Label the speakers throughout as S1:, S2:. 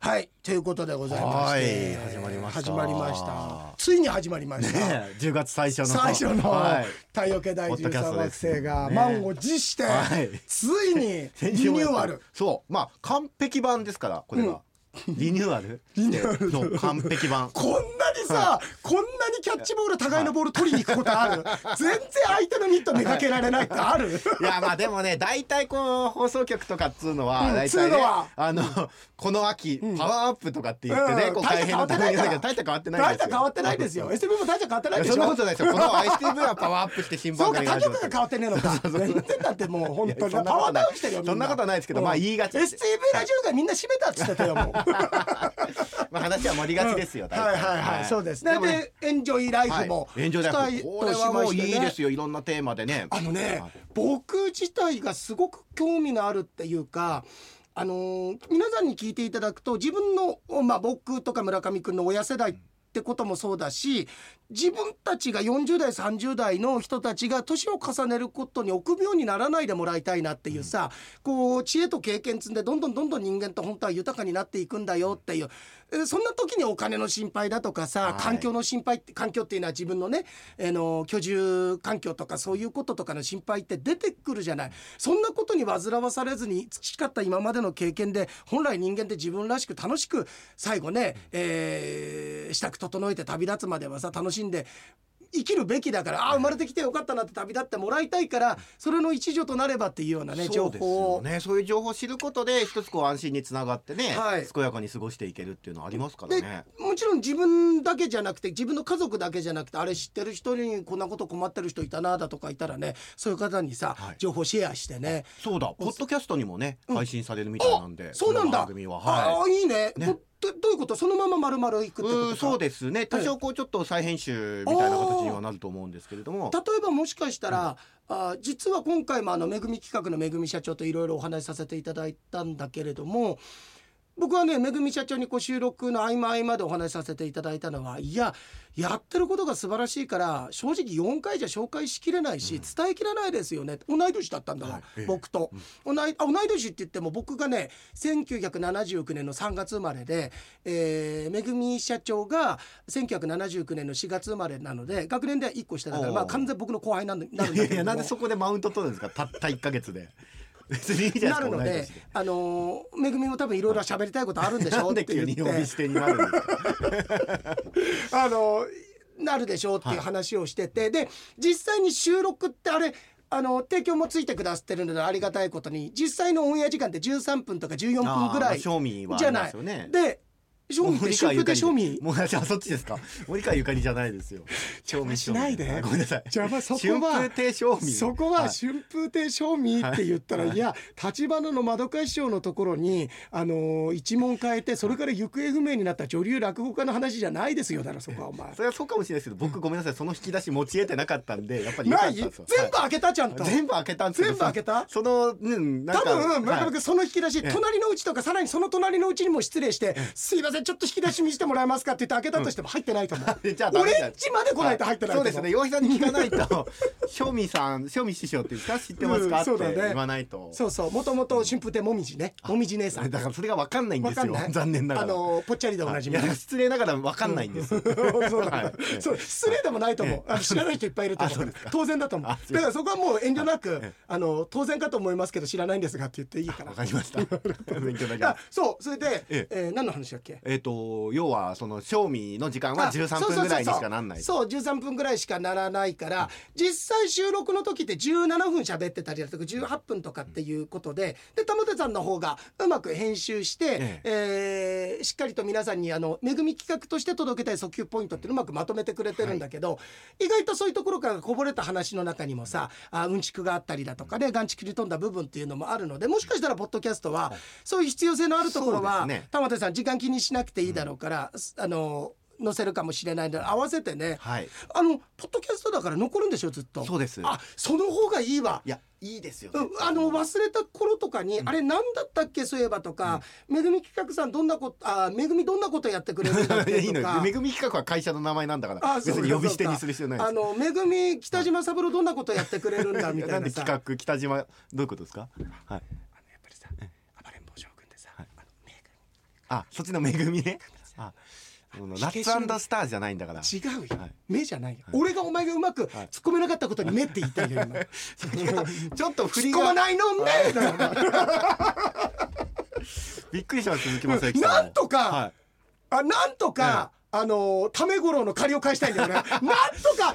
S1: はいということでございまして
S2: はい始まりました
S1: 始まりましたついに始まりました、
S2: ねえ10月最初の
S1: 最初の
S2: はい、
S1: 太陽系第
S2: ポッドキャ
S1: 13
S2: ストで
S1: 惑
S2: す
S1: 星が
S2: ね
S1: 満を持して、
S2: はい
S1: ついに
S2: 先週
S1: リ
S2: も
S1: ニ
S2: やっ
S1: ュー
S2: た
S1: アル
S2: そうまあ完璧版ですからこれは、リニューアル
S1: リニューアル
S2: の完璧版
S1: こんなにさ、こんなにキャッチボール互いのボール取りに行くこと ある全然相手のミットめがけられないってある
S2: いやまあでもね大体こう放送局とかっつうの
S1: う
S2: は
S1: ん
S2: 大
S1: つう
S2: 体ね、
S1: のは
S2: あのこの秋、パワーアップとかって言ってね、
S1: うん
S2: こう大変な大変だけ
S1: 大
S2: ど大
S1: 体
S2: 体変わってないん
S1: 大
S2: です
S1: 体
S2: よ
S1: 変わってないですよ SB も大体変わってないでしょ
S2: そんなこと ないですよこの ICV はパワーアップして新
S1: そ
S2: 番
S1: うか
S2: 組
S1: 他
S2: 始ま
S1: 局
S2: っ
S1: が
S2: た
S1: 変わってねえの か全然だってもう本当に
S2: いやそんなことない
S1: パワーダウンしてるよみ
S2: そんなことはないですけどまあ言いがち
S1: STV ラジオがみんな閉めたっつってたよもう
S2: まあ話は盛りがちですよ、
S1: はいはいはいそうですね
S2: もね
S1: でエンジョイライ
S2: は
S1: フ
S2: い
S1: も
S2: 炎上じゃなくて
S1: スター
S2: こ
S1: ト
S2: れ
S1: し
S2: は
S1: ま
S2: もう
S1: して
S2: いい
S1: ね
S2: ですよいろんなテーマでね
S1: あのね
S2: はい、
S1: 僕自体がすごく興味のあるっていうか、あのー皆さんに聞いていただくと自分の、まあ、僕とか村上君の親世代ってこともそうだし自分たちが40代30代の人たちが年を重ねることに臆病にならないでもらいたいなっていうさ、こう知恵と経験積んでどんどんどんどん人間って本当は豊かになっていくんだよっていうえそんな時にお金の心配だとかさ、
S2: はい
S1: 環境の心配って環境っていうのは自分のね、あの居住環境とかそういうこととかの心配って出てくるじゃないそんなことに煩わされずに培った今までの経験で本来人間って自分らしく楽しく最後ね、えー、支度整えて旅立つまではさ楽しんで生きるべきだからああ生まれてきてよかったなって旅立ってもらいたいからそれの一助となればっていうようなね
S2: そ
S1: 情
S2: うですよ
S1: 報を。
S2: ねそういう情報を知ることで一つこう安心につながってね、
S1: はい
S2: 健やかに過ごしていけるっていうのはありますから
S1: で
S2: ね。
S1: もちろん自分だけじゃなくて自分の家族だけじゃなくてあれ知ってる人にこんなこと困ってる人いたなだとかいたらねそういう方にさ、
S2: はい
S1: 情報シェアしてね
S2: そうだポッドキャストにもね配信されるみたいなんで、
S1: そうなん
S2: この
S1: だ
S2: 番組は
S1: あ
S2: はい
S1: あいいね
S2: ね
S1: こどどういうことそのまま丸々いくってこ
S2: う
S1: と
S2: んそう
S1: で
S2: ですね多少こうちょっと再編集みたいな形にはなると思うんですけれども
S1: 例えばもしかしたら、あ実は今回もあのめぐみ企画のめぐみ社長といろいろお話しさせていただいたんだけれども僕はねめぐみ社長にこう収録の合間合間でお話しさせていただいたのはいややってることが素晴らしいから正直4回じゃ紹介しきれないし、伝えきれないですよね同い年だったんだわ、
S2: はいええ
S1: 僕と、同いあ同い年って言っても僕がね1979年の3月生まれで、えー、めぐみ社長が1979年の4月生まれなので学年では1個下だから、
S2: おー
S1: まあ、完全に僕の後輩なんでなるん
S2: い
S1: だ
S2: や
S1: けれ
S2: いや
S1: ど
S2: なん
S1: も
S2: で。そこでマウント取るんですかたった1か月で。別にいいじゃ
S1: な
S2: ない
S1: る
S2: で
S1: ので
S2: すか同い年で、
S1: あのーめぐみも多分いろいろ喋りたいことあるんでし
S2: な
S1: ょ
S2: ん
S1: って
S2: で
S1: 言
S2: 急
S1: っ
S2: に
S1: て
S2: 呼び捨てになるんですか
S1: あのなるでしょうっていう話をしてて、で実際に収録ってあれあの提供もついてくださってるのでありがたいことに実際のオンエア時間って13分とか14分ぐらい
S2: あーまあ賞味はあ
S1: じゃ
S2: り
S1: な
S2: ま
S1: い
S2: すよね。
S1: で賞味って
S2: 森
S1: ショ
S2: 川
S1: ック
S2: ゆか
S1: で
S2: り
S1: 賞味
S2: もうあそっちですか森川ゆかりじゃないですよ賞味
S1: しないで
S2: 賞味ごめんなさい
S1: 邪魔そこ
S2: 春
S1: は
S2: 風亭賞味
S1: そこは春風亭賞味って言ったら、い、や立花の窓会師匠のところに、あのー一問変えてそれから行方不明になった女流落語家の話じゃないですよだろそこはお前
S2: そ。れはそうかもしれないですけど僕ごめんなさいその引き出し持ち得てなかったんでやっぱり良か
S1: な
S2: っ
S1: い
S2: た
S1: 全
S2: んですよ
S1: 部開けたちゃん
S2: はい
S1: と。
S2: 全部開けたんですけど
S1: 全部開けた
S2: そのうんなん
S1: 多
S2: か
S1: 分村上
S2: は
S1: 君
S2: い
S1: その引き出し、
S2: ええ
S1: 隣のうちとかさらにその隣のうちにも失礼して「すいませんちょっと引き出し見せてもらえますか」って言って開けたとしても入ってないと思う、
S2: でじゃあダ
S1: 俺
S2: メじゃん
S1: んちまで来ないと入ってないと
S2: そ
S1: 思
S2: う
S1: う、
S2: ですね洋平さんに聞かな いと正味さん正味師匠っていうんですか知ってますか、
S1: うんそうだ
S2: っ
S1: ね
S2: て言わないと
S1: そうそうもともと春風亭もみじねもみじ姉さん
S2: だからそれが分かんないんで
S1: わか
S2: す
S1: ん
S2: よ
S1: ない
S2: 残念ながら
S1: あのぽっちゃりでおなじみ、
S2: いや失礼ながら分かんないんです、
S1: そうだね
S2: はい
S1: そう失礼でもないと思う、あの知らない人いっぱいいると思う
S2: あそうですか
S1: 当然だと思う
S2: あすい
S1: だ
S2: ません
S1: からそこはもう遠慮なく、
S2: ええ
S1: あの当然かと思いますけど知らないんですがって言っていいかな
S2: わかり ました。勉強になり
S1: あ
S2: ます。
S1: そうそれで、え
S2: え
S1: ー何の話だっけ
S2: えっ、と要はその賞味の時間
S1: あ
S2: は13分ぐらいにしかなんない。
S1: そうそうそうそう13分ぐらいしかならないから、実際収録の時って17分喋ってたりだとか18分とかっていうことで、で玉手さんの方がうまく編集して、え
S2: え
S1: ーしっかりと皆さんにあの恵み企画として届けたい訴求ポイントってうまくまとめてくれてるんだけど、意外とそういうところからこぼれた話の中にもさあうんちくがあったりだとかねがんちくり飛んだ部分っていうのもあるのでもしかしたらポッドキャストはそういう必要性のあるところは、
S2: そうですね
S1: 玉手さん時間気にしなくていいだろうから、すあの載せるかもしれないので合わせてね
S2: はい。
S1: あのポッドキャストだから残るんでしょずっと
S2: そうです。
S1: あその方がいいわ
S2: いやいいですよ、
S1: うんあの忘れた頃とかに、あれ何だったっけそういえばとか、めぐみ企画さんどんなことあめぐみどんなことやってくれるんだっ
S2: いや
S1: け
S2: いい
S1: と
S2: のよ
S1: か。
S2: 恵み企画は会社の名前なんだから
S1: あ
S2: 別
S1: そうか
S2: に呼び捨てにする必要ないで
S1: あ
S2: す
S1: のめぐみ北島三郎どんなことやってくれるんだみ
S2: いや
S1: た
S2: ないん
S1: な
S2: で
S1: さ
S2: 企画北島どういうことですかはい
S1: あのやっぱりさ暴れん坊将軍でさ、あのめぐみ
S2: ああそっちの恵みねあその
S1: 火
S2: ラ
S1: 消し
S2: ッツスターじゃないんだから
S1: 違うよ、
S2: はい
S1: 目じゃないよ、
S2: はい
S1: 俺がお前がうまく
S2: はい
S1: 突っ込めなかったことに目って言ったよ今突っ
S2: ちょっと振り
S1: 込ま
S2: が
S1: ないの目だよお前
S2: びっくりしました鈴木正幸さんも
S1: なんとか
S2: はい
S1: あなんとか、あのータメ五郎の借りを返したいんだよ ねなんとかあの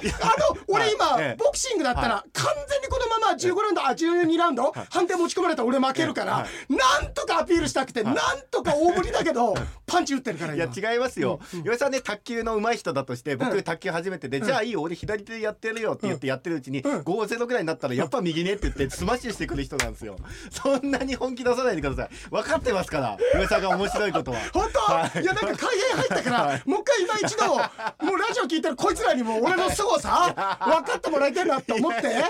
S1: 俺今、
S2: ええ
S1: ボクシングだったら、完全にこのまま15ラウンドあ12ラウンド、判定持ち込まれたら俺負けるから、
S2: え
S1: なんとかアピールしたくて、なんとか大振りだけどパンチ打ってるから
S2: いや
S1: 今
S2: 違いますよ、岩井さんね卓球の上手い人だとして僕、
S1: うん
S2: 卓球初めてで、じゃあいいよ俺左手でやってやるよって言ってやってるうちに、
S1: うん
S2: 5-0ぐらいになったらやっぱ右ねって言ってスマッシュしてくる人なんですよ そんなに本気出さないでください分かってますから岩井さんが面白いことは
S1: 本当、い、やなんか改変入ったから、もう一回今一度もうラジオ聞いてるこいつらにも俺の凄さ分かってもらいたいなって 思って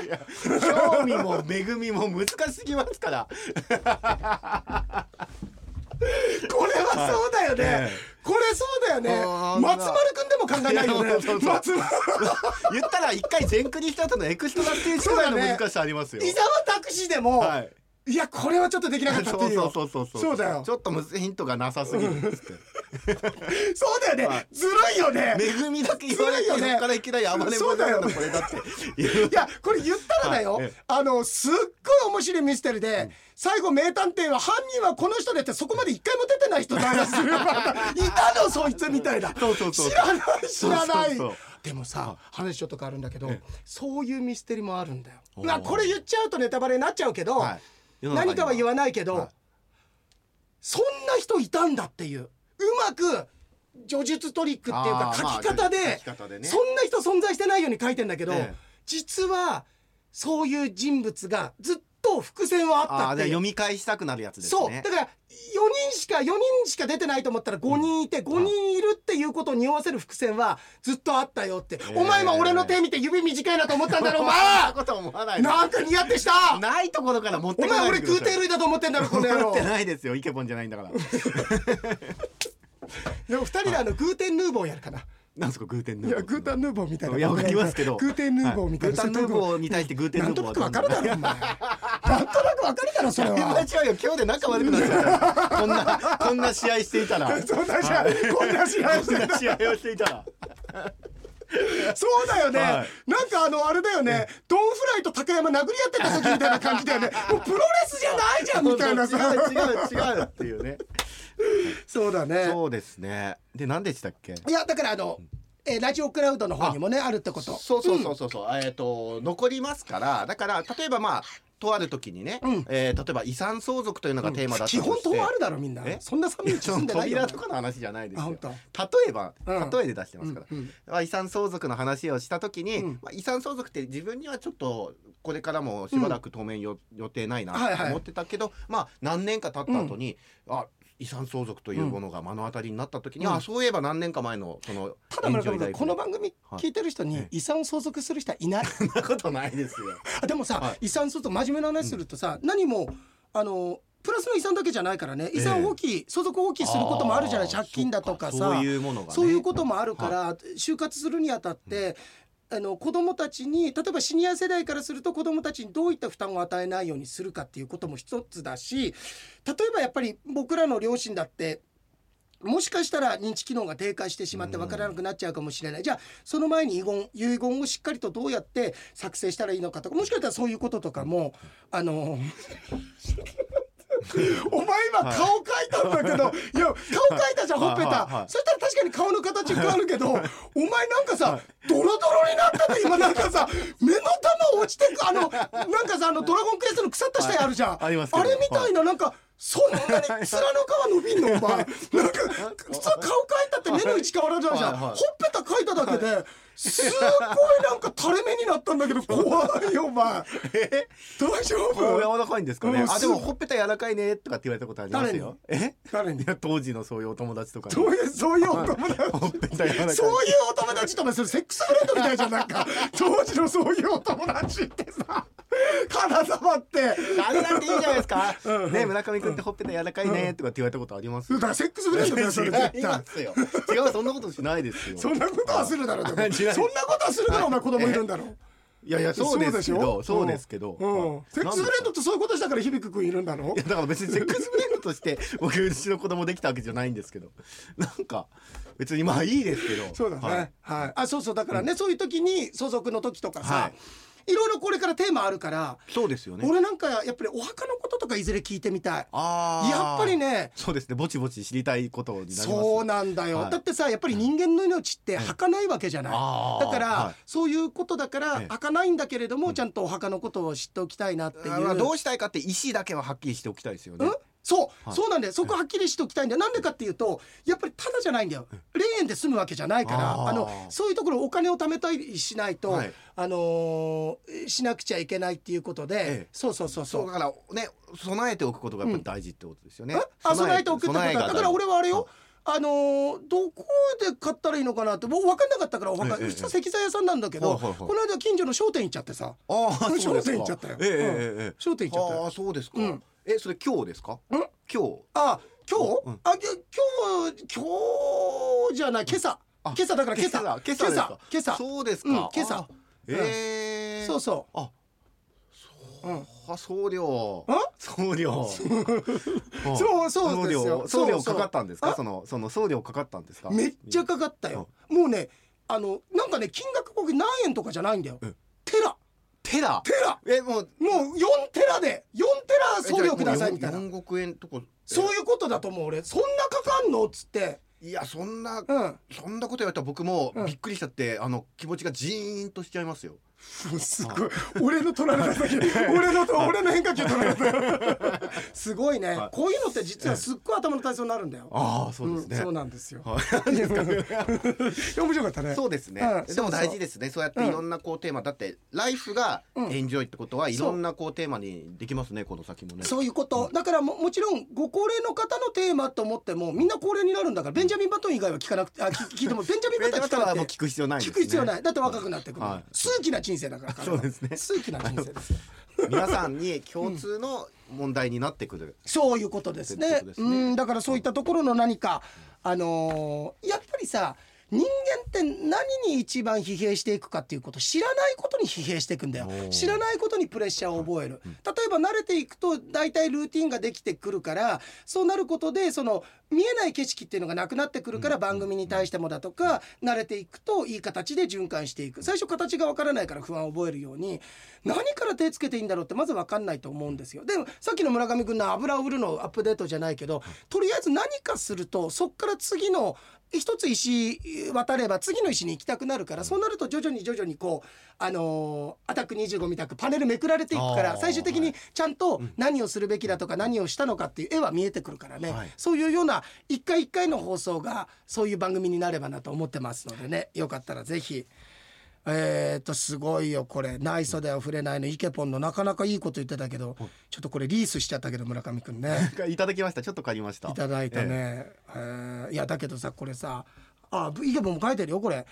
S2: 興味も恵みも難しすぎますから
S1: これはそうだよね、
S2: はいええ
S1: これそうだよね
S2: あ
S1: 松
S2: ー
S1: 丸くんでも考えないよ
S2: い
S1: ね
S2: やそうそう
S1: 松丸
S2: 言ったら一回全クリした後のエクストラっていう
S1: そう
S2: ぐ
S1: だ
S2: らいの
S1: ね
S2: 難しさありますよ、
S1: 伊沢拓司でも、
S2: はい
S1: い、やこれはちょっとできなかったっていう
S2: そうそうそうそう
S1: そうだよ
S2: ちょっとむずヒントがなさすぎるっつって
S1: そうだよね、
S2: はい
S1: ずるいよ ね
S2: 恵みだけ言われて
S1: そ
S2: そう
S1: だよね
S2: っからいきなり暴れん坊になるんだ
S1: そ
S2: これだって
S1: いやこれ言ったらだよ、
S2: はいええ
S1: あのすっごい面白いミステリーで、最後名探偵は犯人はこの人でってそこまで一回も出てない人と話す るいたのそいつみたいな
S2: そうそうそう
S1: 知らない知らない
S2: そうそうそう
S1: でもさ話ちょっと変わるんだけど、
S2: え
S1: そういうミステリーもあるんだよ
S2: おー
S1: まあこれ言っちゃうとネタバレになっちゃうけど、
S2: はい世の中に
S1: 何かは言わないけど、
S2: はい
S1: そんな人いたんだっていううまく叙述トリックっていうか
S2: あーまあ
S1: 書き方で,、
S2: 書き方でね
S1: そんな人存在してないように書いてんだけど、
S2: ええ
S1: 実はそういう人物がずっと伏線はあ
S2: あ
S1: った
S2: あ
S1: っ
S2: じ
S1: て
S2: ゃあ
S1: いう
S2: 読み返したくなるやつですね
S1: そうだから4人しか4人しか出てないと思ったら5人いて5人いるっていうことを匂わせる伏線はずっとあったよって、
S2: え
S1: お前今俺の手見て指短いなと思ったんだ ろお前
S2: そんなことは思わない
S1: なんか似合ってした
S2: ないところから持って
S1: お
S2: かな
S1: 前
S2: い
S1: 俺
S2: でくだ
S1: 空
S2: さい
S1: 挺類だと思ってんだろこの野
S2: 持
S1: 郎
S2: ってないですよイケボンじゃないんだから
S1: でも二人であのグーテンヌーボーやるかな。
S2: なんすかグーテン
S1: い
S2: ヌーボ
S1: やグータンヌーボーみたいな。
S2: いやわかりますけど
S1: グーテンヌーボーみたいな。
S2: はグータンヌーボーに対してグーテンヌーボ
S1: な
S2: ー
S1: ん
S2: は
S1: となくわかるだろお 前。なんとなくわかるだろそれ
S2: や
S1: は
S2: め。ちゃうよ今日で仲悪くなっちゃうこんなこんな試合して いたら
S1: そうだじゃんこんな試合し
S2: こん
S1: て
S2: な試合をしていたら
S1: そうだよね、
S2: はい
S1: なんかあのあれだよねドンフライと高山殴り合ってた時みたいな感じだよ ねもうプロレスじゃないじゃんみたいなさ
S2: 違う違う違うっていうね
S1: そうだね
S2: そうですねで何でしたっけ
S1: いやだからあの、えーラジオクラウドの方にもねあるってこと
S2: そうそうそうそうそう、えっ、と残りますからだから例えばまあとある時にね、
S1: うん
S2: えー例えば遺産相続というのがテーマだったとして、
S1: 基本とあるだろみんな
S2: え
S1: そんな寒い家
S2: そ
S1: 住ん
S2: の
S1: でないよ
S2: 扉とかの話じゃないです
S1: あ
S2: よ
S1: 本当
S2: 例えば
S1: うん
S2: 例えで出してますから、
S1: うんうん
S2: まあ遺産相続の話をした時に、
S1: うん
S2: まあ、遺産相続って自分にはちょっとこれからもしばらく当面よ、予定ないな
S1: はい
S2: と
S1: はい
S2: 思ってたけど、まあ何年か経った後に、あ遺産相続というものが目の当たりになった時に、
S1: うん
S2: あそういえば何年か前のその
S1: ただ村上君この
S2: 場
S1: 番組聞いてる人に遺産を相続する人はいない、
S2: そんなことないですよ。
S1: あでもさ、
S2: は
S1: 遺産相続真面目な話するとさ、何もあのプラスの遺産だけじゃないからね
S2: え
S1: 遺産放棄、相続放棄することもあるじゃない
S2: あー
S1: 借金だとか
S2: そっ
S1: さ
S2: そういうものが、ね、
S1: そういうこともあるから、就活するにあたって、あの子どもたちに例えばシニア世代からすると子どもたちにどういった負担を与えないようにするかっていうことも一つだし例えばやっぱり僕らの両親だってもしかしたら認知機能が低下してしまって分からなくなっちゃうかもしれない、じゃあその前に遺言遺言をしっかりとどうやって作成したらいいのかとかもしかしたらそういうこととかもあのお前今顔描いたんだけど、い、や顔描いたじゃんほっぺた、
S2: はいはいはい
S1: そしたら確かに顔の形変わるけどお前なんかさドロドロになったって今なんかさ目の玉落ちてくあのなんかさあのドラゴンクエストの腐った下あるじゃん、
S2: はいありますけ
S1: あ
S2: ど
S1: れみたいななんかそんなに面の皮伸びんのお前なんか普通顔描いたって目の位置変わるじゃん、
S2: はいはい
S1: ほっぺた描いただけですっごいなんか垂れ目になったんだけど怖いよお前
S2: え
S1: 大丈
S2: こう
S1: 夫
S2: 柔らかいんですかね、
S1: うん
S2: あ
S1: す
S2: で
S1: ぐ
S2: もほっぺた柔らかいねとかって言われたことありますよえ
S1: 誰に
S2: いや当時のそういうお友達とか に
S1: そういうそういうお友達
S2: ほっぺた柔らかい
S1: そういうお友達とかそれセックスフレンドみたいじゃんなんか 当時のそういうお友達ってさ金沢って
S2: あれなんていいじゃないですか。ね村上君ってほっぺた柔らかいねとかって言われたことあります。
S1: だからセックスフレンドだよそれ
S2: 違
S1: 絶対
S2: いますよ。違うそんなことしないですよ。
S1: そんなことはするだろでも
S2: あ違う
S1: そんなことはするだろお前子供いるんだろ
S2: いやいやそうですけどそうですけど、
S1: うん、セックスフレンドってそういうことしたから響く君いるんだろ
S2: いやだから別にセックスブレンドとして僕うちの子供できたわけじゃないんですけどなんか別にまあいいですけど
S1: そうだね、
S2: は
S1: はいいあそうそうだからね、そういう時に相続の時とかさ、、
S2: はい
S1: ろいろこれからテーマあるから、
S2: そうですよね
S1: 俺なんかやっぱりお墓のこととかいずれ聞いてみたい
S2: あー
S1: やっぱりね
S2: そうですねぼちぼち知りたいことになります
S1: そうなんだよ、
S2: はい
S1: だってさやっぱり人間の命って儚いわけじゃない、
S2: あー
S1: だから、
S2: はい
S1: そういうことだから
S2: ええ
S1: 儚いんだけれどもちゃんとお墓のことを知っておきたいなっていう、
S2: あどうしたいかって意思だけははっきりしておきたいですよね
S1: んそう、
S2: はい
S1: そうなんだよそこはっきりしておきたいんだよなんでかっていうとやっぱりただじゃないんだよ霊園で済むわけじゃないから
S2: あ
S1: あ
S2: ー
S1: のそういうところお金を貯めたりしないと、
S2: はい
S1: あのーしなくちゃいけないっていうことで、
S2: ええ
S1: そうそうそう
S2: そ
S1: そうう
S2: だからね備えておくことがやっぱり大事ってことですよね、
S1: えあ備えておくってことだ
S2: 備えが大
S1: だ
S2: 事
S1: から俺はあれよ、
S2: はい
S1: あのーどこで買ったらいいのかなって僕分かんなかったからお墓、
S2: ええええ
S1: うちの石材屋さんなんだけど、
S2: はいはいはい
S1: この間近所の商店行っちゃってさ
S2: ああ、
S1: 俺
S2: そうです
S1: 商店
S2: か。
S1: 行っちゃったよ
S2: ええ
S1: うん
S2: ええ
S1: 商店行っちゃったよ
S2: ああ、そうですか。
S1: うん
S2: え、それ今日ですか。今日。
S1: あ今日、
S2: うん
S1: あぎょ今日今日じゃない今朝、
S2: あ
S1: 今朝だから今朝
S2: 今朝ですか。
S1: 今朝
S2: そうですか。
S1: うん今朝
S2: あ。ええ。。
S1: そうそう
S2: あ。
S1: う、うん、
S2: あ、送料
S1: ん。
S2: 送 料。あ
S1: そうそうですよ
S2: 送
S1: そ
S2: 料送料
S1: うそう
S2: かかったんですか。
S1: あ
S2: その、その送料かかったんですか。
S1: めっちゃかかったよ、もうねあのなんかね金額僕何円とかじゃないんだよ、
S2: うん
S1: テラ
S2: テラ。
S1: テラ
S2: え、もう。
S1: もう4テラで4テラ送料くださいみたいな
S2: 四億円とこ。
S1: そういうことだと思う俺そんなかかんのっつって
S2: えいや、そんな。
S1: うん
S2: そんなことやったら僕も
S1: うん
S2: びっくりしちゃって、あの気持ちがジーンとしちゃいますよ。
S1: すごい俺の取られた 時俺のと俺の変化球取られた すごいね、
S2: はい
S1: こういうのって実はすっごい頭の体操になるんだよ
S2: ああ、そうです
S1: ん
S2: ね。
S1: そうなんですよ。
S2: はい。
S1: 面白かったね。
S2: そうですね、
S1: うん
S2: でも大
S1: そうそう
S2: 事ですねそうやっていろんなこうテーマ、だってライフが
S1: うん
S2: エンジョイってことはい
S1: そう
S2: ろんなこうテーマにできますねこの先もね
S1: そういうこと、だからももちろんご高齢の方のテーマと思ってもみんな高齢になるんだからベンジャミン・バトン以外は聞かなくてあ 聞聞いてもベンジャミン・
S2: ベ
S1: バトンは聞か
S2: ンジャミンバトンはも
S1: な
S2: う
S1: くて
S2: 聞く必要ないで
S1: 聞
S2: す、ね、
S1: く必要ないだって若くなってくる、
S2: はい
S1: 数奇な人生だ から彼は
S2: そうですね
S1: 数奇な人生です
S2: 皆さんに共通の問題になってくる、
S1: そういうことです
S2: そうい
S1: ね
S2: うことですね
S1: うんだからそういったところの何かあのーやっぱりさ人間って何に一番疲弊していくかっていうこと知らないことに疲弊していくんだよ
S2: おー
S1: 知らないことにプレッシャーを覚える例えば慣れていくと大体ルーティンができてくるからそうなることでその見えない景色っていうのがなくなってくるから番組に対してもだとか慣れていくといい形で循環していく最初形がわからないから不安を覚えるように何から手つけていいんだろうってまずわかんないと思うんですよでもさっきの村上君の油を売るのアップデートじゃないけどとりあえず何かするとそっから次の一つ石渡れば次の石に行きたくなるからそうなると徐々に徐々にこうあのーアタック25みたくパネルめくられていくか
S2: あ
S1: ら
S2: ー
S1: 最終的
S2: は
S1: に
S2: い
S1: ちゃんと何をするべきだとか何をしたのかっていう絵は見えてくるからね、
S2: はい
S1: そういうような一回一回の放送がそういう番組になればなと思ってますのでねよかったらぜひ。えー、とすごいよこれ「内袖は触れない」のイケポンのなかなかいいこと言ってたけどちょっとこれリースしちゃったけど村上くんね
S2: いただきましたちょっと借りました
S1: いただいたね、えーいやだけどさこれさあイケポンも書いてるよこれ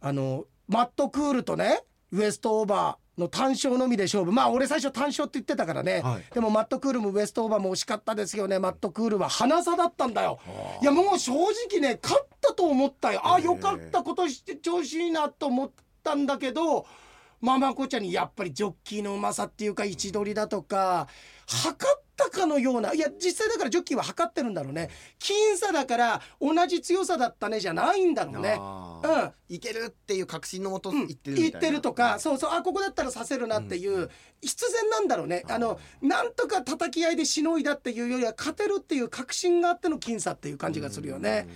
S1: あのマットクールとねウエストオーバーの単勝のみで勝負まあ俺最初単勝って言ってたからね、
S2: はい
S1: でもマットクールもウエストオーバーも惜しかったですよねマットクールは花差だったんだよいやもう正直ね勝ったと思ったよあ
S2: へえ
S1: よかった今年調子いいなと思ったんだけどまあまあこちゃんにやっぱりジョッキーのうまさっていうか位置取りだとか測ったかのようないや実際だからジョッキーは測ってるんだろうね僅差だから同じ強さだったねじゃないんだろうね。
S2: あ
S1: う
S2: ー
S1: ん
S2: いけるっていう確信のもと
S1: う
S2: 言
S1: ん
S2: ってるみたいな、
S1: とかそうそうあここだったらさせるなっていう、必然なんだろうねあのなんとか叩き合いでしのいだっていうよりは勝てるっていう確信があっての僅差っていう感じがするよね。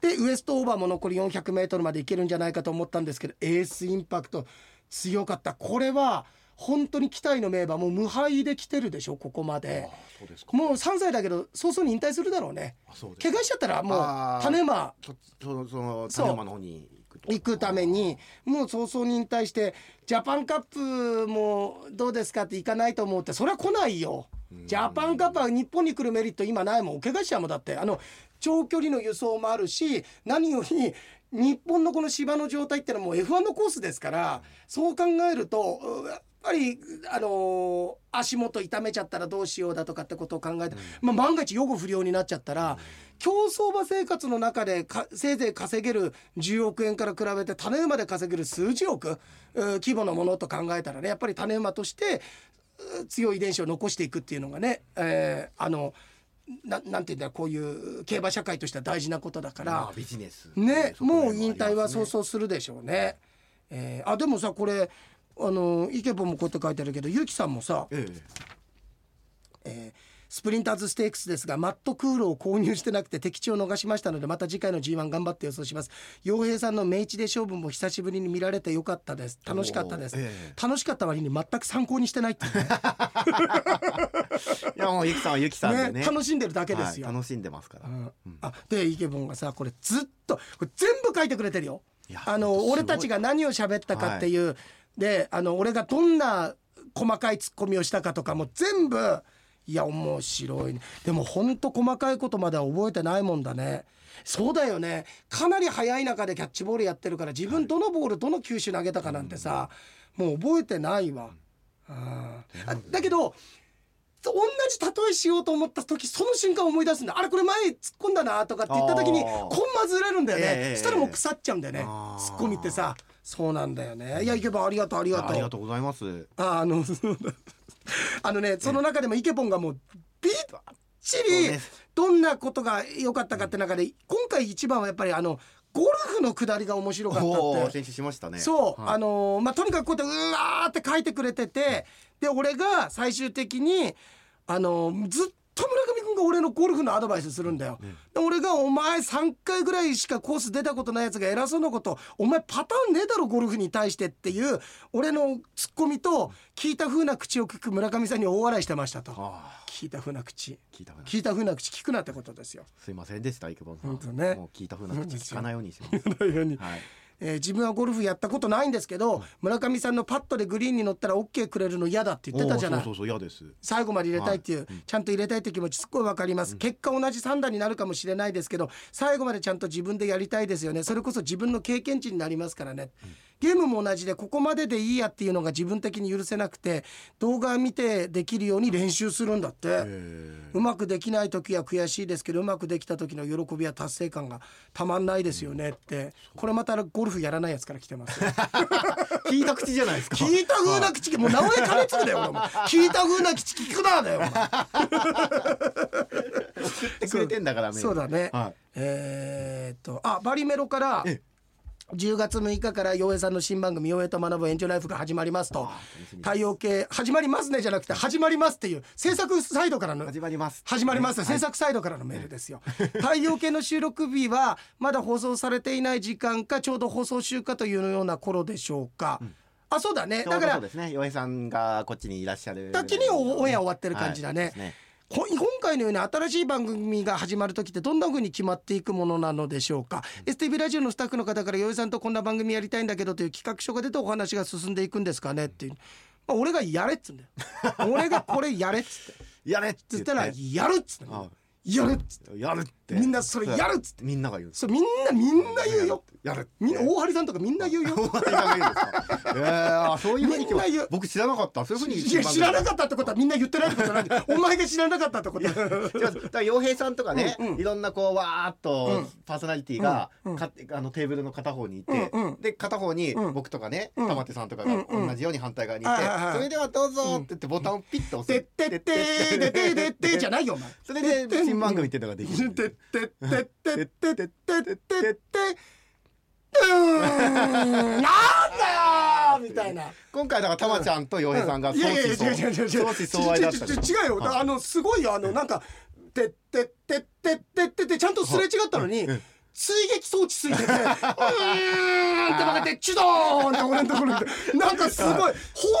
S1: でウエストオーバーも残り 400m までいけるんじゃないかと思ったんですけどエースインパクト強かったこれは本当に期待の名馬もう無敗で来てるでしょここま
S2: あ
S1: で
S2: ーそうですか
S1: もう3歳だけど早々に引退するだろうね
S2: あそうです
S1: 怪我しちゃったらも
S2: あ
S1: う
S2: ー
S1: 種馬
S2: そそのその
S1: そう
S2: 種馬の方に行くと
S1: 行くためにもう早々に引退してジャパンカップもどうですかって行かないと思うってそれは来ないよジャパンカップは日本に来るメリット今ないもんお怪我しちゃうもんだってあの長距離の輸送もあるし何より日本のこの芝の状態ってのはもう F1 のコースですからそう考えるとうぱりあのー足元痛めちゃったらどうしようだとかってことを考えて、
S2: う
S1: まあ、万が一予後不良になっちゃったら、競走馬生活の中でかせいぜい稼げる10億円から比べて種馬で稼げる数十億うー規模のものと考えたらねやっぱり種馬としてうー強い遺伝子を残していくっていうのがね、えーあのななんて言うんだろうこういう競馬社会としては大事なことだから。
S2: まあビジネスってい
S1: ね、
S2: 側面
S1: もう引退はそう
S2: う
S1: そうするでしょうね。えーあでもさこれあのイケボもこうやって書いてあるけどゆきさんもさ、
S2: ありますね。え
S1: えースプリンターズステークスですがマットクールを購入してなくて敵地を逃しましたのでまた次回の G1 頑張って予想します洋平さんの明治で勝負も久しぶりに見られてよかったです楽しかったです、
S2: おーえ
S1: 楽しかった割に全く参考にしてないっていうね
S2: えいやもうゆきさんはゆきさんでね。
S1: ね楽しんでるだけですよ、
S2: はい楽しんでますから。
S1: うんあでイケボンがさこれずっとこれ全部書いてくれてるよ
S2: いや
S1: あ
S2: ほん
S1: の
S2: とすごい
S1: 俺たちが何を喋ったかっていう、であの俺がどんな細かいツッコミをしたかとかも全部いや面白いねでもほんと細かいことまでは覚えてないもんだねそうだよねかなり早い中でキャッチボールやってるから自分どのボールどの球種投げたかなんてさ、もう覚えてないわ、うんあだけど同じ例えしようと思った時その瞬間思い出すんだあれこれ前突っ込んだなとかって言った時に
S2: あー
S1: コンマずれるんだよね、
S2: ええ
S1: したらもう腐っちゃうんだよね
S2: あー
S1: ツッコミってさそうなんだよねいやイケボンありがとうありがとう
S2: ありがとうございます。
S1: ああのあのねその中でもイケボンがもうビッチ
S2: そう
S1: リ
S2: です
S1: どんなことが良かったかって中で今回一番はやっぱりあのゴルフの下りが面白かった
S2: お
S1: っ
S2: お
S1: て
S2: 選手しましたね。
S1: そう、
S2: はい
S1: あのーまあとにかくこうやってうわーって書いてくれてて、で俺が最終的にあのーずっと村上君が俺のゴルフのアドバイスするんだよ。で俺が「お前3回ぐらいしかコース出たことないやつが偉そうなことお前パターンねえだろゴルフに対して」っていう俺のツッコミと聞いた風な口を聞く村上さんに大笑いしてましたと。
S2: あ
S1: 聞いた風な口
S2: ー聞いたかな。
S1: 聞いた風な口聞くなってことですよ。
S2: すいませんでしたイケボンさん。
S1: 本当ね
S2: もう聞いた風な口聞かないようにします。
S1: このように
S2: はい。
S1: えー自分はゴルフやったことないんですけど村上さんのパットでグリーンに乗ったら OK くれるの嫌だって言ってたじゃな
S2: おー
S1: い
S2: そうそうそう嫌です。
S1: 最後まで入れたいっていう、ちゃんと入れたいって気持ちすっごいわかります、結果同じ3段になるかもしれないですけど最後までちゃんと自分でやりたいですよねそれこそ自分の経験値になりますからね、ゲームも同じでここまででいいやっていうのが自分的に許せなくて動画見てできるように練習するんだって、
S2: え
S1: うまくできない時は悔しいですけどうまくできた時の喜びや達成感がたまんないですよねってこれまたゴルフやらないやつから来て ますよ
S2: ー聞いた口じゃないですか。
S1: 聞いた風な口利きもう名前金継ぐだよ俺も聞いた風な口利くなだよお前
S2: 送ってくれてんだからね。
S1: そうだね、
S2: はい
S1: えーっとあバリメロから
S2: え
S1: 10月6日から洋平さんの新番組「洋平と学ぶエンジョイライフ」が始まりますと
S2: しみです
S1: 太陽系始まりますねじゃなくて始まりますっていう制作サイドからの
S2: 始まります。
S1: 始まります、
S2: ね
S1: 制作サイドからのメールですよ、太陽系の収録日はまだ放送されていない時間かちょうど放送週かというような頃でしょうか、あそうだね
S2: ちょ
S1: だ
S2: う
S1: か
S2: どそ
S1: ら
S2: うですね。洋平さんがこっちにいらっしゃる
S1: 時にオンエア終わってる感じだね,、
S2: はいそうです
S1: こ今回のように新しい番組が始まる時ってどんな風に決まっていくものなのでしょうか、STV ラジオのスタッフの方から「よいさんとこんな番組やりたいんだけど」という企画書が出てお話が進んでいくんですかねっていう、まあ、俺が「やれ」っつうんだよ俺が「これやれ」っつ って
S2: やれっ
S1: つ
S2: つ
S1: っ
S2: ったた
S1: ら「
S2: ら
S1: やる」っつって
S2: ああ
S1: やる」っつって
S2: やるって
S1: みんなそれやるっつって
S2: みんなが言うん です
S1: そうみんなみんな言うよ
S2: やる
S1: みんな大張さんとかみんな言うよ
S2: 大張さ んが言うんですかえーあそういうふうに
S1: みんな言う
S2: 僕知らなかったそういうふうに
S1: いや知らな
S2: っ
S1: かったってことはみんな言ってないってことなん でお前が知らなかったってこと
S2: ただから洋平さんとかね、
S1: うんうん
S2: いろんなこうわーっ
S1: う
S2: と
S1: ん
S2: パーソナリティが、
S1: うんうん
S2: かあのテーブルの片方にいて、
S1: うんうん
S2: で片方に
S1: うん
S2: 僕とかね、
S1: うん
S2: 玉手さんとか
S1: うん
S2: が
S1: うん
S2: 同じように反対側にいて、
S1: はいはいはい
S2: それではどうぞって言ってボタンをピッ
S1: 「
S2: と押
S1: てっ
S2: す、
S1: てってーでてーでってー」じゃないよお前。
S2: それで新番組っていうのができる
S1: てってってってってってってってってうーんなんだよみたいな。
S2: 今回だから玉ちゃんと洋平さんが
S1: い
S2: 相
S1: やい
S2: 思
S1: や違う違う違う違
S2: 相
S1: う
S2: 相思相愛だったん
S1: 違
S2: で
S1: う
S2: す
S1: 違うよ。あのすごいよあのなんかてってってってってってってちゃんとすれ違ったのに。追撃装置ついてて、うーんって曲げて、チュドーンって俺のところに、なんかすごい、ホ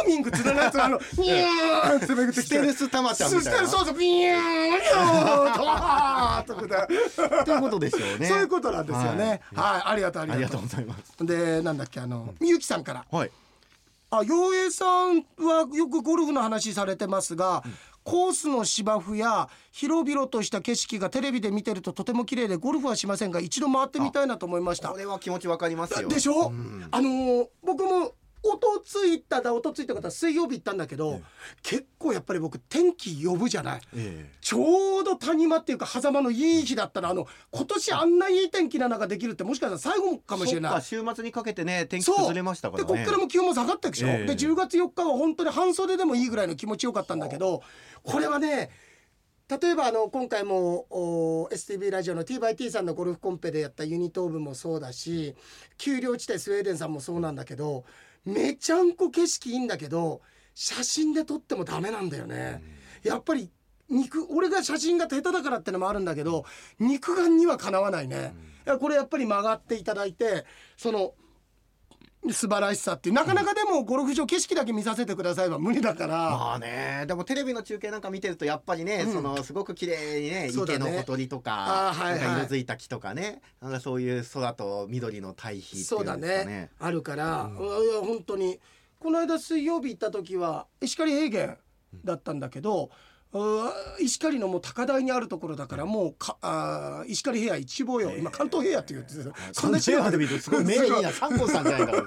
S1: ーミングつながって、あの、ニューンってめぐってき
S2: ス
S1: て、
S2: テルス玉ちゃんみたいな
S1: ステルスそうそう、ビューン、ニューン、ドワーッとかで
S2: ということでしょうね。
S1: そういうことなんですよね。はい、ありがとう、あり
S2: あり
S1: がと
S2: がとう
S1: う。
S2: ございます。
S1: で、なんだっけ、あの、みゆきさんから。
S2: はい。
S1: あ、洋平さんはよくゴルフの話されてますが、コースの芝生や広々とした景色がテレビで見てるととても綺麗でゴルフはしませんが一度回ってみたいなと思いました
S2: こ。れは気持ちわかりますよ。
S1: でしょ、あのー僕もおとついただおとついた方水曜日行ったんだけど、
S2: ええ
S1: 結構やっぱり僕天気呼ぶじゃない
S2: え
S1: ちょうど谷間っていうか狭間のいい日だったらあの今年あんないい天気な中できるってもしかしたら最後か
S2: え
S1: もしれない
S2: そっか週末にかけてね天気
S1: そう
S2: 崩れましたから
S1: で
S2: ね
S1: こっからも気温も下がっていくでしょ、
S2: ええ
S1: で10月4日は本当に半袖でもいいぐらいの気持ちよかったんだけどこれはね例えばあの今回もお STB ラジオの TYT さんのゴルフコンペでやったユニトーブもそうだし丘陵地帯スウェーデンさんもそうなんだけどめちゃんこ景色いいんだけど写真で撮ってもダメなんだよね。やっぱり肉俺が写真が下手だからってのもあるんだけど肉眼にはかなわないね、いやこれやっぱり曲がっていただいてその素晴らしさっていうなかなかでもゴルフ場景色だけ見させてくださいは無理だから、
S2: まあねでもテレビの中継なんか見てるとやっぱりね、
S1: うん
S2: そのすごく綺麗にね
S1: そうだ
S2: 池
S1: ね
S2: の小鳥と
S1: あー
S2: か,、
S1: はいはい
S2: なんか色づいた木とかねなんかそういう空と緑の対比ってい
S1: そううん
S2: ですか
S1: だ
S2: ね
S1: ねあるから、いや本当にこの間水曜日行った時は石狩平原だったんだけど、うー石狩のもう高台にあるところだからもうかあー石狩平野一望よ、今関東平野って言ってた
S2: そんな
S1: 地方
S2: 近くで見るとすごい目がいいな三光さんじゃないかな
S1: い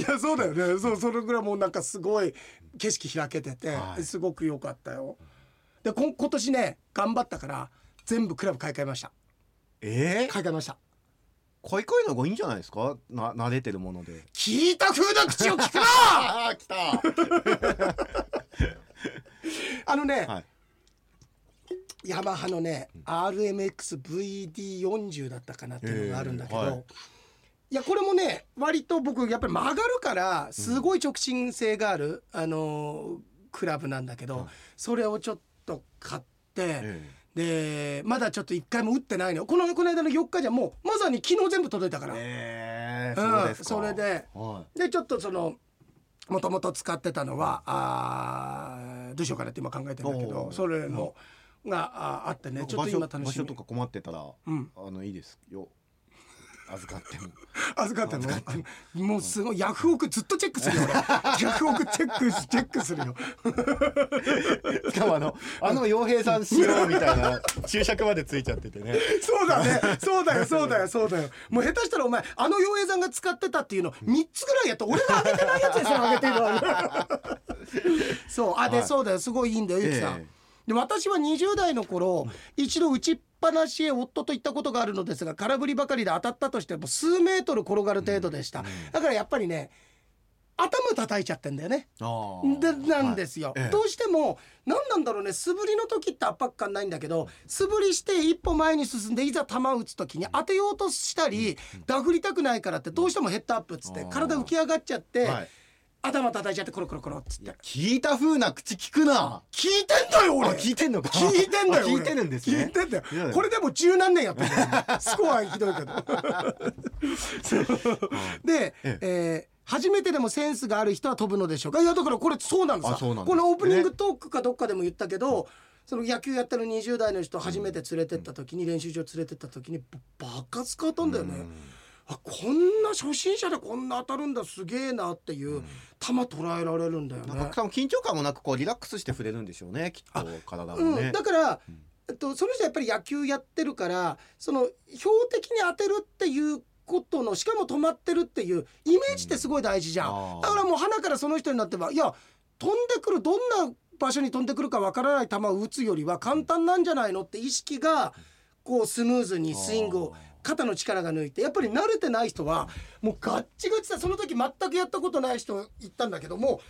S1: やそうだよねそうそれぐらいもうなんかすごい景色開けてて、
S2: はい
S1: すごく良かったよでこ今年ね頑張ったから全部クラブ買い替えました
S2: ええ
S1: 買い替えました
S2: こいこいの方がいいんじゃないですかな慣れてるもので
S1: 聞いた風な口を聞くな
S2: ああ来たは
S1: あのね、
S2: い
S1: ヤマハのね、RMXVD40 だったかなっていうのがあるんだけど、
S2: えー
S1: い
S2: はい、
S1: やこれもね割と僕やっぱり曲がるからすごい直進性がある、あのークラブなんだけど、
S2: はい
S1: それをちょっと買って。
S2: え
S1: でまだちょっと一回も打ってないのよこのこの間の4日じゃもうまさに昨日全部届いたから、
S2: ええ
S1: うん
S2: そうですか
S1: それで
S2: は
S1: でちょっとそのもともと使ってたのはあーどうしようかなって今考えてるんだけど
S2: おー
S1: それの、があーあって
S2: い
S1: ね
S2: なん
S1: ち
S2: か
S1: ょっ
S2: 場
S1: と
S2: 所
S1: 今楽
S2: 場
S1: しみ
S2: 所とか困ってたら
S1: うん、
S2: あのいいですよ預かっても
S1: 預かったのあのもうすごいヤフオクずっとチェックする よ俺ヤフオクチェックしチェックするよ
S2: しかもあ の、あの洋平さんしようみたいな注釈までついちゃっててね。
S1: そうだねそうだよそうだよそうだよもう下手したらお前あの洋平さんが使ってたっていうの3つぐらいやった俺が上げてないやつでさ上げてるのは そうあで、
S2: はい
S1: そうだよすごいいいんだよゆきさん、
S2: ええ
S1: で私は20代の頃一度打ちっぱなしへ夫と行ったことがあるのですが空振りばかりで当たったとしても数メートル転がる程度でした、だからやっぱりね頭叩いちゃってんだよね
S2: あ
S1: でなんですよ、
S2: ええ
S1: どうしても何なんだろうね素振りの時って圧迫感ないんだけど素振りして一歩前に進んでいざ球打つ時に当てようとしたり、ダフりたくないからってどうしてもヘッドアップっつって
S2: あー
S1: 体浮き上がっちゃって、
S2: はい。
S1: 頭叩いちゃってコロコロコロっつっ
S2: い
S1: て
S2: や、聞いた風な口聞くな。
S1: 聞いてんだよ
S2: あ、
S1: 俺
S2: 聞いてんのか。
S1: 聞いてんだよ
S2: あ
S1: 俺
S2: 聞いてるんですね。
S1: 聞いてんだ
S2: いやい
S1: よ
S2: や
S1: これでも十何年やってるからスコアひどいけどそうで、
S2: ええ
S1: えー初めてでもセンスがある人は飛ぶのでしょうかいやだからこれそうなんです
S2: あそうなんで
S1: こ
S2: す
S1: のオープニングトークかどっかでも言ったけど、その野球やってる20代の人初めて連れてった時に練習場連れてった時にばバカ使ったんだよね、あこんな初心者でこんな当たるんだすげえなっていう、球捉えられるんだよね
S2: なんか多分緊張感もなくこうリラックスして触れるんでしょうねきっと体も
S1: う
S2: ね
S1: ん、だから、えっと、その人はやっぱり野球やってるからその標的に当てるっていうことのしかも止まってるっていうイメージってすごい大事じゃん、
S2: あー
S1: だからもう花からその人になってばいや飛んでくるどんな場所に飛んでくるかわからない球を打つよりは簡単なんじゃないのって意識がこうスムーズにスイングを肩の力が抜いてやっぱり慣れてない人はもうガッチガチだその時全くやったことない人言ったんだけども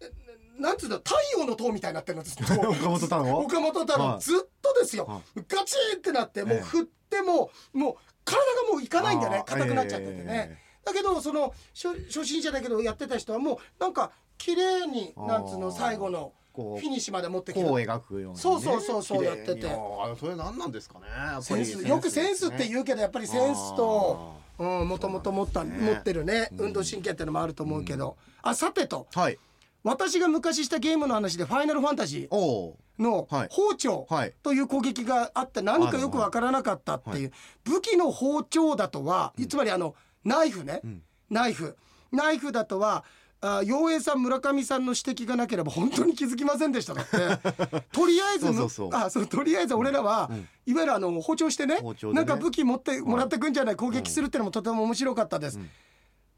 S1: うえなんつうんだ太陽の塔みたいになってるんですけど
S2: 岡本さん を
S1: 岡本太郎
S2: はい
S1: ずっとですよ、
S2: は
S1: ガチンってなってもう
S2: ええ
S1: 振っても、もう体がもういかないんだよね
S2: あー
S1: 硬くなっちゃっててね、
S2: え
S1: だけどその初初心者だけどやってた人はもうなんか綺麗に
S2: あー
S1: なんつうの最後のフ
S2: こ
S1: ィ
S2: う
S1: ニッシュまで持ってき
S2: 弧を
S1: る
S2: 描くようにね
S1: そうそうそうそう
S2: 綺麗に
S1: やってて
S2: あーそれ何なんですかねやっぱ
S1: セン
S2: り
S1: スよくセンスって
S2: う
S1: 言うけどやっぱりセンスと。うん、もともと持った、
S2: そうなんです
S1: 持
S2: ね
S1: ってるね、
S2: うん
S1: 運動神経ってのもあると思うけど、あさてと
S2: はい
S1: 私が昔したゲームの話で「ファイナルファンタジー
S2: お」お
S1: の
S2: はい
S1: 包丁
S2: ーはい
S1: という攻撃があって何かよくわからなかったっていう武器の包丁だとはつまりあのナイフね
S2: ん
S1: ナイフナイフだとはあ陽平さん村上さんの指摘がなければ本当に気づきませんでしただって とりあえずむ
S2: そうそうそう
S1: あそうとりあえず俺らは
S2: うん
S1: いわゆるあの包丁してね
S2: 包丁で
S1: な
S2: ね
S1: んか武器持ってもらってくんじゃない攻撃するってのもとても面白かったです。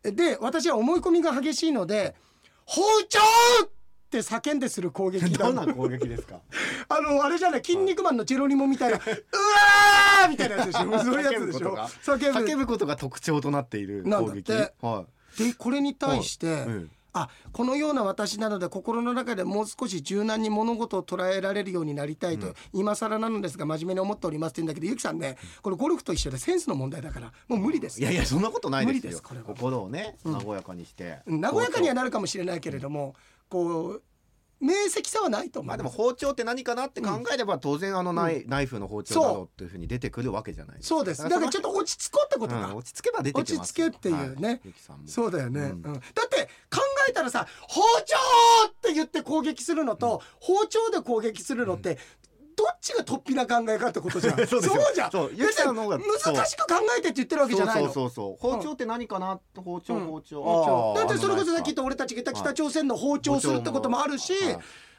S1: えで私は思い込みが激しいので「包丁!」って叫んでする攻撃だ
S2: どんな攻撃ですか
S1: あのあれじゃない「筋肉マン」のチェロニモみ たいな「うわー!」みたいなやつで しょそういうやつでしょ
S2: 叫ぶ
S1: 叫ぶ
S2: 叫ぶことが特徴となっている攻撃
S1: なんだって
S2: は
S1: でこれに対して、
S2: い、うん
S1: あこのような私なので心の中でもう少し柔軟に物事を捉えられるようになりたいと、
S2: うん
S1: 今更なのですが真面目に思っておりますって言うんだけどゆきさんねこれゴルフと一緒でセンスの問題だからもう無理です
S2: いやいやそんなことないですよ
S1: 無理ですこれは
S2: 心をね
S1: うん
S2: 和やかにして、
S1: 和やかにはなるかもしれないけれども、こう明晰さはないと思う、
S2: まあでも包丁って何かなって考えれば当然あのナイ,、ナイフの包丁だろうっていうふうに出てくるわけじゃないです
S1: そうですだからちょっと落ち着こうってことか、
S2: うん落ち着けば出てきます
S1: 落ち着けっていうね
S2: はゆきさんも
S1: そうだよね、
S2: うん
S1: うんだって考えたらさ「包丁!」って言って攻撃するのと、包丁で攻撃するのって、どっちが突飛な考えかってことじゃん
S2: そうですよ
S1: じゃん
S2: そうゆきさんの方が
S1: 別に難しく考えてって言ってるわけじ
S2: そ
S1: ゃ
S2: う
S1: ない
S2: そ
S1: の
S2: うそうそう包丁って何かなって包丁、
S1: うん
S2: 包丁
S1: 包丁だってそれこそさっき言った
S2: と
S1: 俺たちが言った
S2: はい
S1: 北朝鮮の包丁をするってこともあるし、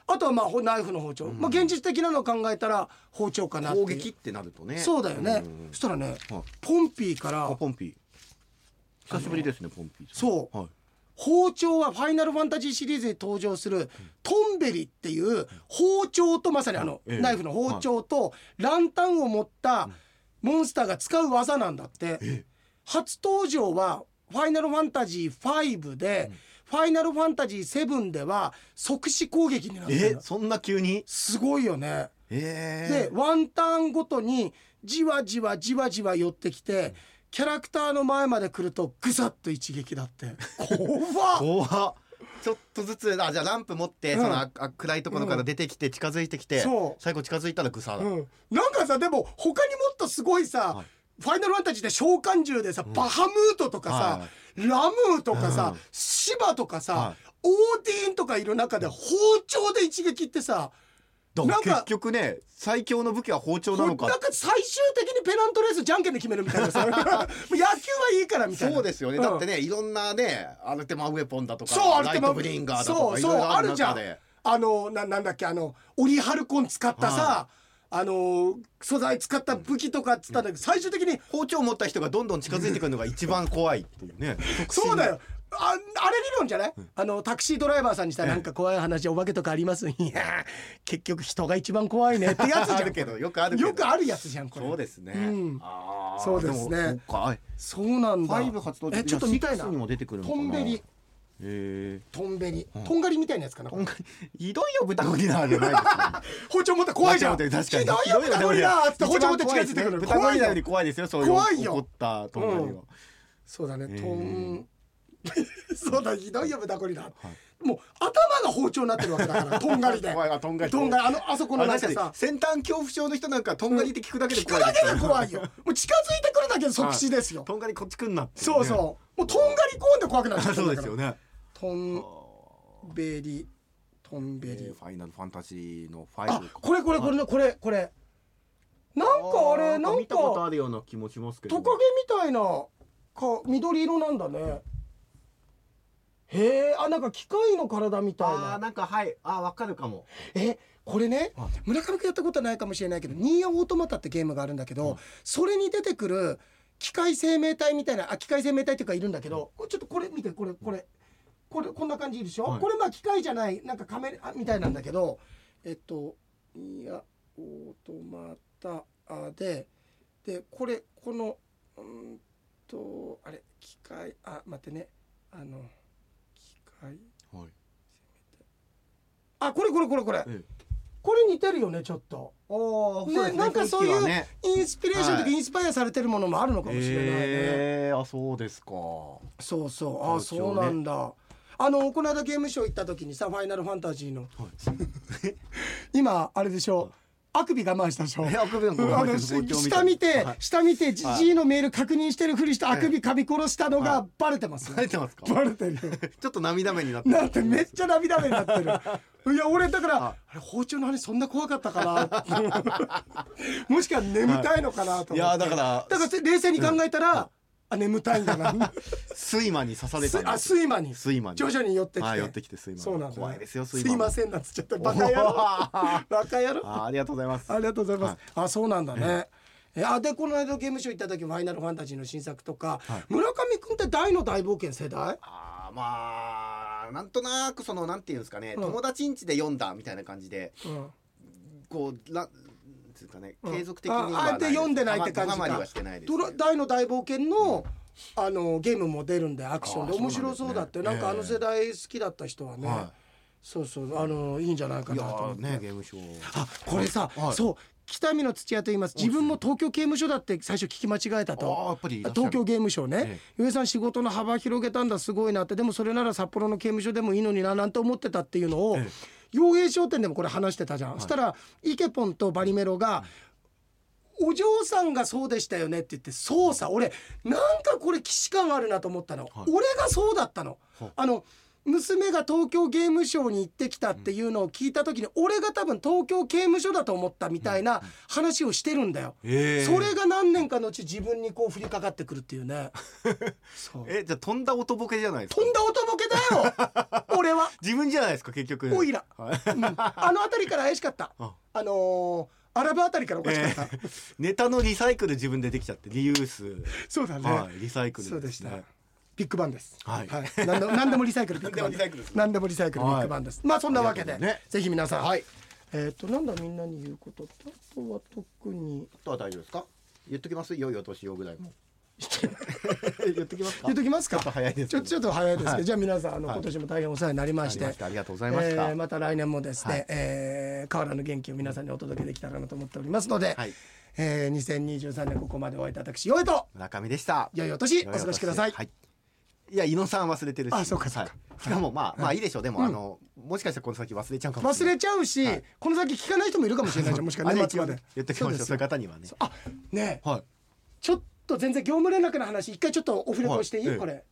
S1: あとはまあほナイフの包丁、
S2: うん
S1: まあ現実的なのを考えたら包丁かなっていう
S2: 攻撃ってなるとね
S1: そうだよね、
S2: ん
S1: そしたらね
S2: はい
S1: ポンピーから
S2: あポンピー久しぶりですねポンピーさん
S1: そう
S2: はい
S1: 包丁はファイナルファンタジーシリーズに登場するトンベリっていう包丁とまさにあの
S2: ええ
S1: ナイフの包丁とランタンを持ったモンスターが使う技なんだって初登場はファイナルファンタジー5でファイナルファンタジー7では即死攻撃になって
S2: え
S1: る
S2: そんな急に
S1: すごいよねで
S2: え
S1: ワンターンごとにじわじわじわじわ寄ってきてキャラクターの前まで来るとグサッと一撃だ って怖っ
S2: 怖っちょっとずつあじゃあランプ持って、
S1: うん
S2: そのああ暗いところから出てきて近づいてきて、
S1: そう
S2: 最後近づいたら草だ、
S1: うん、なんかさでも他にもっとすごいさ、
S2: はい
S1: ファイナルファンタジーで召喚獣でさ、
S2: ん
S1: バハムートとかさ、
S2: はい
S1: ラムーとかさ、
S2: うん
S1: シバとかさ、
S2: は
S1: オーディーンとかいる中で包丁で一撃ってさ
S2: だから
S1: なんか
S2: 結局ね最強の武器は包丁な
S1: な
S2: の
S1: ん
S2: か
S1: か最終的にペナントレースじゃんけんで決めるみたいな さもう野球はいいからみたいな
S2: そうですよね、
S1: うん
S2: だってねいろんなねアルテマウェポンだとか
S1: そうアル
S2: ラ
S1: テ
S2: イ
S1: マ
S2: トブリンガーだと
S1: そう
S2: かい
S1: そう
S2: ろいろある
S1: あるじゃん
S2: 中で
S1: あのななんだっけあのオリハルコン使ったさ、
S2: は
S1: あの素材使った武器とかっつったんだけど、最終的に
S2: 包丁を持った人がどんどん近づいてくるのが一番怖いっていうね
S1: そうだよ。ああれ理論じゃない、あのタクシードライバーさんにしたらなんか怖い話お化けとかありますいや結局人が一番怖いねってやつじゃん
S2: あるけ どよくあるけど
S1: よくあるやつじゃんこれ
S2: そうですね、
S1: うん
S2: あー
S1: そうですね
S2: もそっかあ
S1: そうなん
S2: フ
S1: だ
S2: ァイブ発動
S1: えちょっと見たいな
S2: にも出てくるのか
S1: ト
S2: な
S1: ンベ
S2: へ
S1: リ
S2: え
S1: トンベリ、トンガリみたいなやつかな
S2: とんがりひどいよ豚ゴリラじゃないですか
S1: 包丁持って怖いじゃん
S2: 確かに
S1: ひどいよ豚ゴリラ ーっつって包丁持って近づいてくる
S2: 豚ゴ
S1: 怖
S2: リ
S1: い
S2: ラよ
S1: よ
S2: り怖いですよそういう
S1: 怖いよ
S2: 怒ったとんがりは、
S1: うんそうだね
S2: え
S1: トン そうだひどいよ豚ゴリラ、
S2: い
S1: もう頭が包丁になってるわけだからトンガリで
S2: 怖いわとんがり
S1: トンガリあのあそこの
S2: あ
S1: なん
S2: 確
S1: か
S2: か
S1: さ
S2: に先端恐怖症の人なんかとんがりって聞くだけで
S1: 聞
S2: 怖
S1: くだ
S2: いで
S1: け
S2: すよ
S1: で怖 いよもう近づいてくるだけで即死ですよ
S2: とんがりこっち来んなっていね
S1: そうそう。もうとんがりコーンで怖くなっちゃ
S2: あ
S1: った
S2: そ
S1: ん
S2: う
S1: だ
S2: で
S1: か
S2: す
S1: ら
S2: よ。ね
S1: トンベリ、トンベ
S2: え
S1: リ
S2: ー。ファイナルファンタジーのファイ
S1: あ
S2: ブ、
S1: これこれこれこれこれ。なんかあれなん
S2: 見たこと
S1: か
S2: あるような気もしますけど
S1: トカゲみたいなか緑色なんだね。へえ、あなんか機械の体みたい
S2: あー
S1: な。
S2: なんかはいあーわかるかも
S1: えこれね
S2: はい
S1: 村上君やったことはないかもしれないけど「ニーヤオートマタ」ってゲームがあるんだけど、
S2: うん
S1: それに出てくる機械生命体みたいなあ機械生命体っていうかいるんだけど、ちょっとこれ見てこれこれこれこんな感じいるでしょ、
S2: はい
S1: これまあ機械じゃないなんかカメラみたいなんだけどえっと「ニーヤオートマタ」あででこれこのうーんとあれ機械あ待ってねあの機械
S2: はい
S1: あこれこれこれこれ。
S2: ええ
S1: これ似てるよねちょっと
S2: お
S1: ねなんかそういう
S2: ね
S1: インスピレーションとか
S2: はい
S1: インスパイアされてるものもあるのかもしれないね、
S2: えー、あそうですか
S1: そうそうああ
S2: 包
S1: そ
S2: 丁ね
S1: うなんだ、あのこの間ゲームショー行った時にさ「ファイナルファンタジーの」今あれでしょあくび我慢したでしょ
S2: えあくび我慢
S1: うんあの
S2: してる包丁みた
S1: 下
S2: いな
S1: 見て
S2: はい
S1: 下見てじ
S2: はい
S1: じいのメール確認してるふりしてあくび噛み殺したの
S2: は
S1: がバレてます
S2: 慣れてますか
S1: バレてるよ
S2: ちょっと涙目になって
S1: なんてめっちゃ涙目になってるいや俺だから
S2: はい
S1: あれ包丁の話そんな怖かったかな もしくは眠たいのかなと思って
S2: いやーだから
S1: だから冷静に考えたら、あ眠たいんだな
S2: 睡魔に刺された
S1: す
S2: ん
S1: あ
S2: ですよ
S1: 睡魔に
S2: 睡魔に
S1: 徐々に寄ってきて
S2: はい寄ってきて睡魔
S1: そうなんだ
S2: 怖いですよ
S1: す
S2: 睡
S1: い
S2: 魔
S1: ま
S2: ん
S1: せんなんつっちゃ ってバカ野郎バカ野郎
S2: あーありがとうございます
S1: ありがとうございます、あそうなんだね、ええあでこの間ゲームショー行った時も「ファイナルファンタジー」の新作とか、
S2: はい
S1: 村上君って大の大冒険世代
S2: あーまあなんとなくそのなんていうんですかね、
S1: うん
S2: 友達ん家で読んだみたいな感じで
S1: うん
S2: こうらなんつうかね
S1: うん
S2: 継続的には
S1: ああで読んでないって感じか
S2: あまあまりはしてないです、
S1: ド
S2: ね
S1: ラ、大の大冒険の,、あのゲームも出るんでアクションで
S2: あー
S1: 面白そうだって
S2: そう
S1: な,、
S2: なんんですね
S1: かあの世代好きだった人はね、
S2: は
S1: そうそうあのいいんじゃない
S2: い
S1: か
S2: い
S1: な
S2: や
S1: と思っ
S2: ー
S1: て、
S2: ねゲームショー
S1: あこれさ、
S2: はい
S1: そう北見の土屋と言います自分も東京刑務所だって最初聞き間違えた
S2: あー
S1: と
S2: やっぱりいらっしゃる
S1: 東京刑務所ね
S2: え
S1: 「ゆえさん仕事の幅広げたんだすごいな」ってでもそれなら札幌の刑務所でもいいのにななんて思ってたっていうのを
S2: ええ
S1: 洋平商店でもこれ話してたじゃん、そしたらイケポンとバリメロが「お嬢さんがそうでしたよね」って言って「そうさ俺なんかこれ既視感あるな」と思ったの、
S2: はい
S1: 俺がそうだったの
S2: ほう。
S1: あの娘が東京刑務所に行ってきたっていうのを聞いた時に俺が多分東京刑務所だと思ったみたいな話をしてるんだよ。
S2: えー
S1: それが何年かのうち自分にこう降りかかってくるっていうねそう
S2: えじゃあ飛んだ音ボケじゃないですか
S1: とんだ音ボケだよ俺は、
S2: 自分じゃないですか結局
S1: おいら
S2: はい
S1: うんあの辺りから怪しかった
S2: あ
S1: あのーアラブ辺りからおかしかった、
S2: えーネタのリサイクル自分でできちゃってリユース、
S1: そうだね、
S2: はいリサイクル
S1: そうでした
S2: ね
S1: ビッグバンです
S2: はい
S1: 何でも何でもリサイクルビッグバン
S2: 何でもリサイクルですね
S1: 何でもリサイクルビッグバンです、まあそんなわけで、
S2: ありがとうね
S1: ぜひ皆さん、
S2: はい
S1: えっ、となんだみんなに言うこととあとは特に
S2: あとは大丈夫ですか言っときますよいお年をぐらいも言っときますか
S1: 言っときますか
S2: ちょっと早いです
S1: ちょちょっと早いですけど、
S2: はい
S1: じゃあ皆さんあの、
S2: はい
S1: 今年も大変お世話になりまして
S2: ありましたありがとうございました
S1: えーまた来年もですね、
S2: はい
S1: えー変わらぬ元気を皆さんにお届けできたらなと思っておりますので、
S2: はい
S1: えー、2023年ここまで終えた私よいと
S2: 村上でした
S1: 良いお年お過ごしください、
S2: はい、いや、伊野さん忘れてるし。
S1: あそうかそうか
S2: はいしかも、まあ、まあ、いいでしょう。でも、あの、もしかしたら、この先忘れちゃうかもし
S1: 忘
S2: れない。
S1: れちゃうし、この先聞かない人もいるかもしれないじゃんもしか
S2: あ
S1: 年
S2: れ
S1: 末まで
S2: 一応言っとき
S1: そ
S2: ましょう。そういう
S1: うですよ
S2: 方にはね。
S1: あねえ
S2: はい。
S1: ちょっと全然業務連絡の話一回ちょっとオフレコしていい、
S2: はい
S1: これ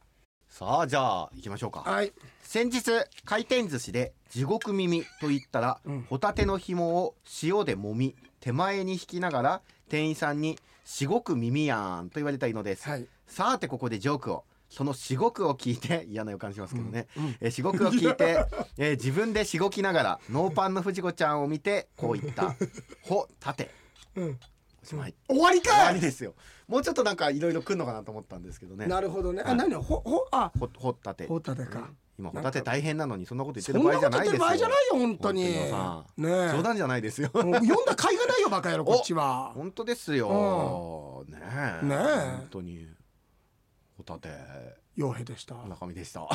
S2: さあ、じゃあ、行きましょうか。
S1: はい
S2: 先日、回転寿司で地獄耳と言ったら、
S1: うん
S2: ホタテの紐を塩で揉み、手前に引きながら、店員さんに、しごく耳やんと言われたいのです。
S1: はい
S2: さてここでジョークをそのしごくを聞いて嫌な予感しますけどね、
S1: うんうん
S2: えーしごくを聞いて、えー自分でしごきながらノーパンの藤子ちゃんを見てこう言った「ほたて
S1: うん」
S2: おしまい
S1: 終わり
S2: 終わ
S1: か
S2: り
S1: い
S2: ですよもうちょっとなんかいろいろ来んのかなと思ったんですけどね
S1: なるほどね
S2: は
S1: あ
S2: い
S1: 何ほほあ
S2: ほほったて
S1: ホタテか
S2: 今ほたて大変なのにそんなこと言って
S1: そ
S2: る
S1: ん
S2: 場
S1: な
S2: 合
S1: こと言ってる
S2: じゃないですよ
S1: 場合じゃないよ本当に
S2: 皆
S1: ね
S2: さん
S1: え
S2: 冗談じゃないですよ
S1: もう読んだ甲斐がないよバカ野郎こっちは
S2: 本当ですよ、ねえ
S1: ねえ
S2: 本当にホタテ
S1: 洋平でした
S2: 中身でした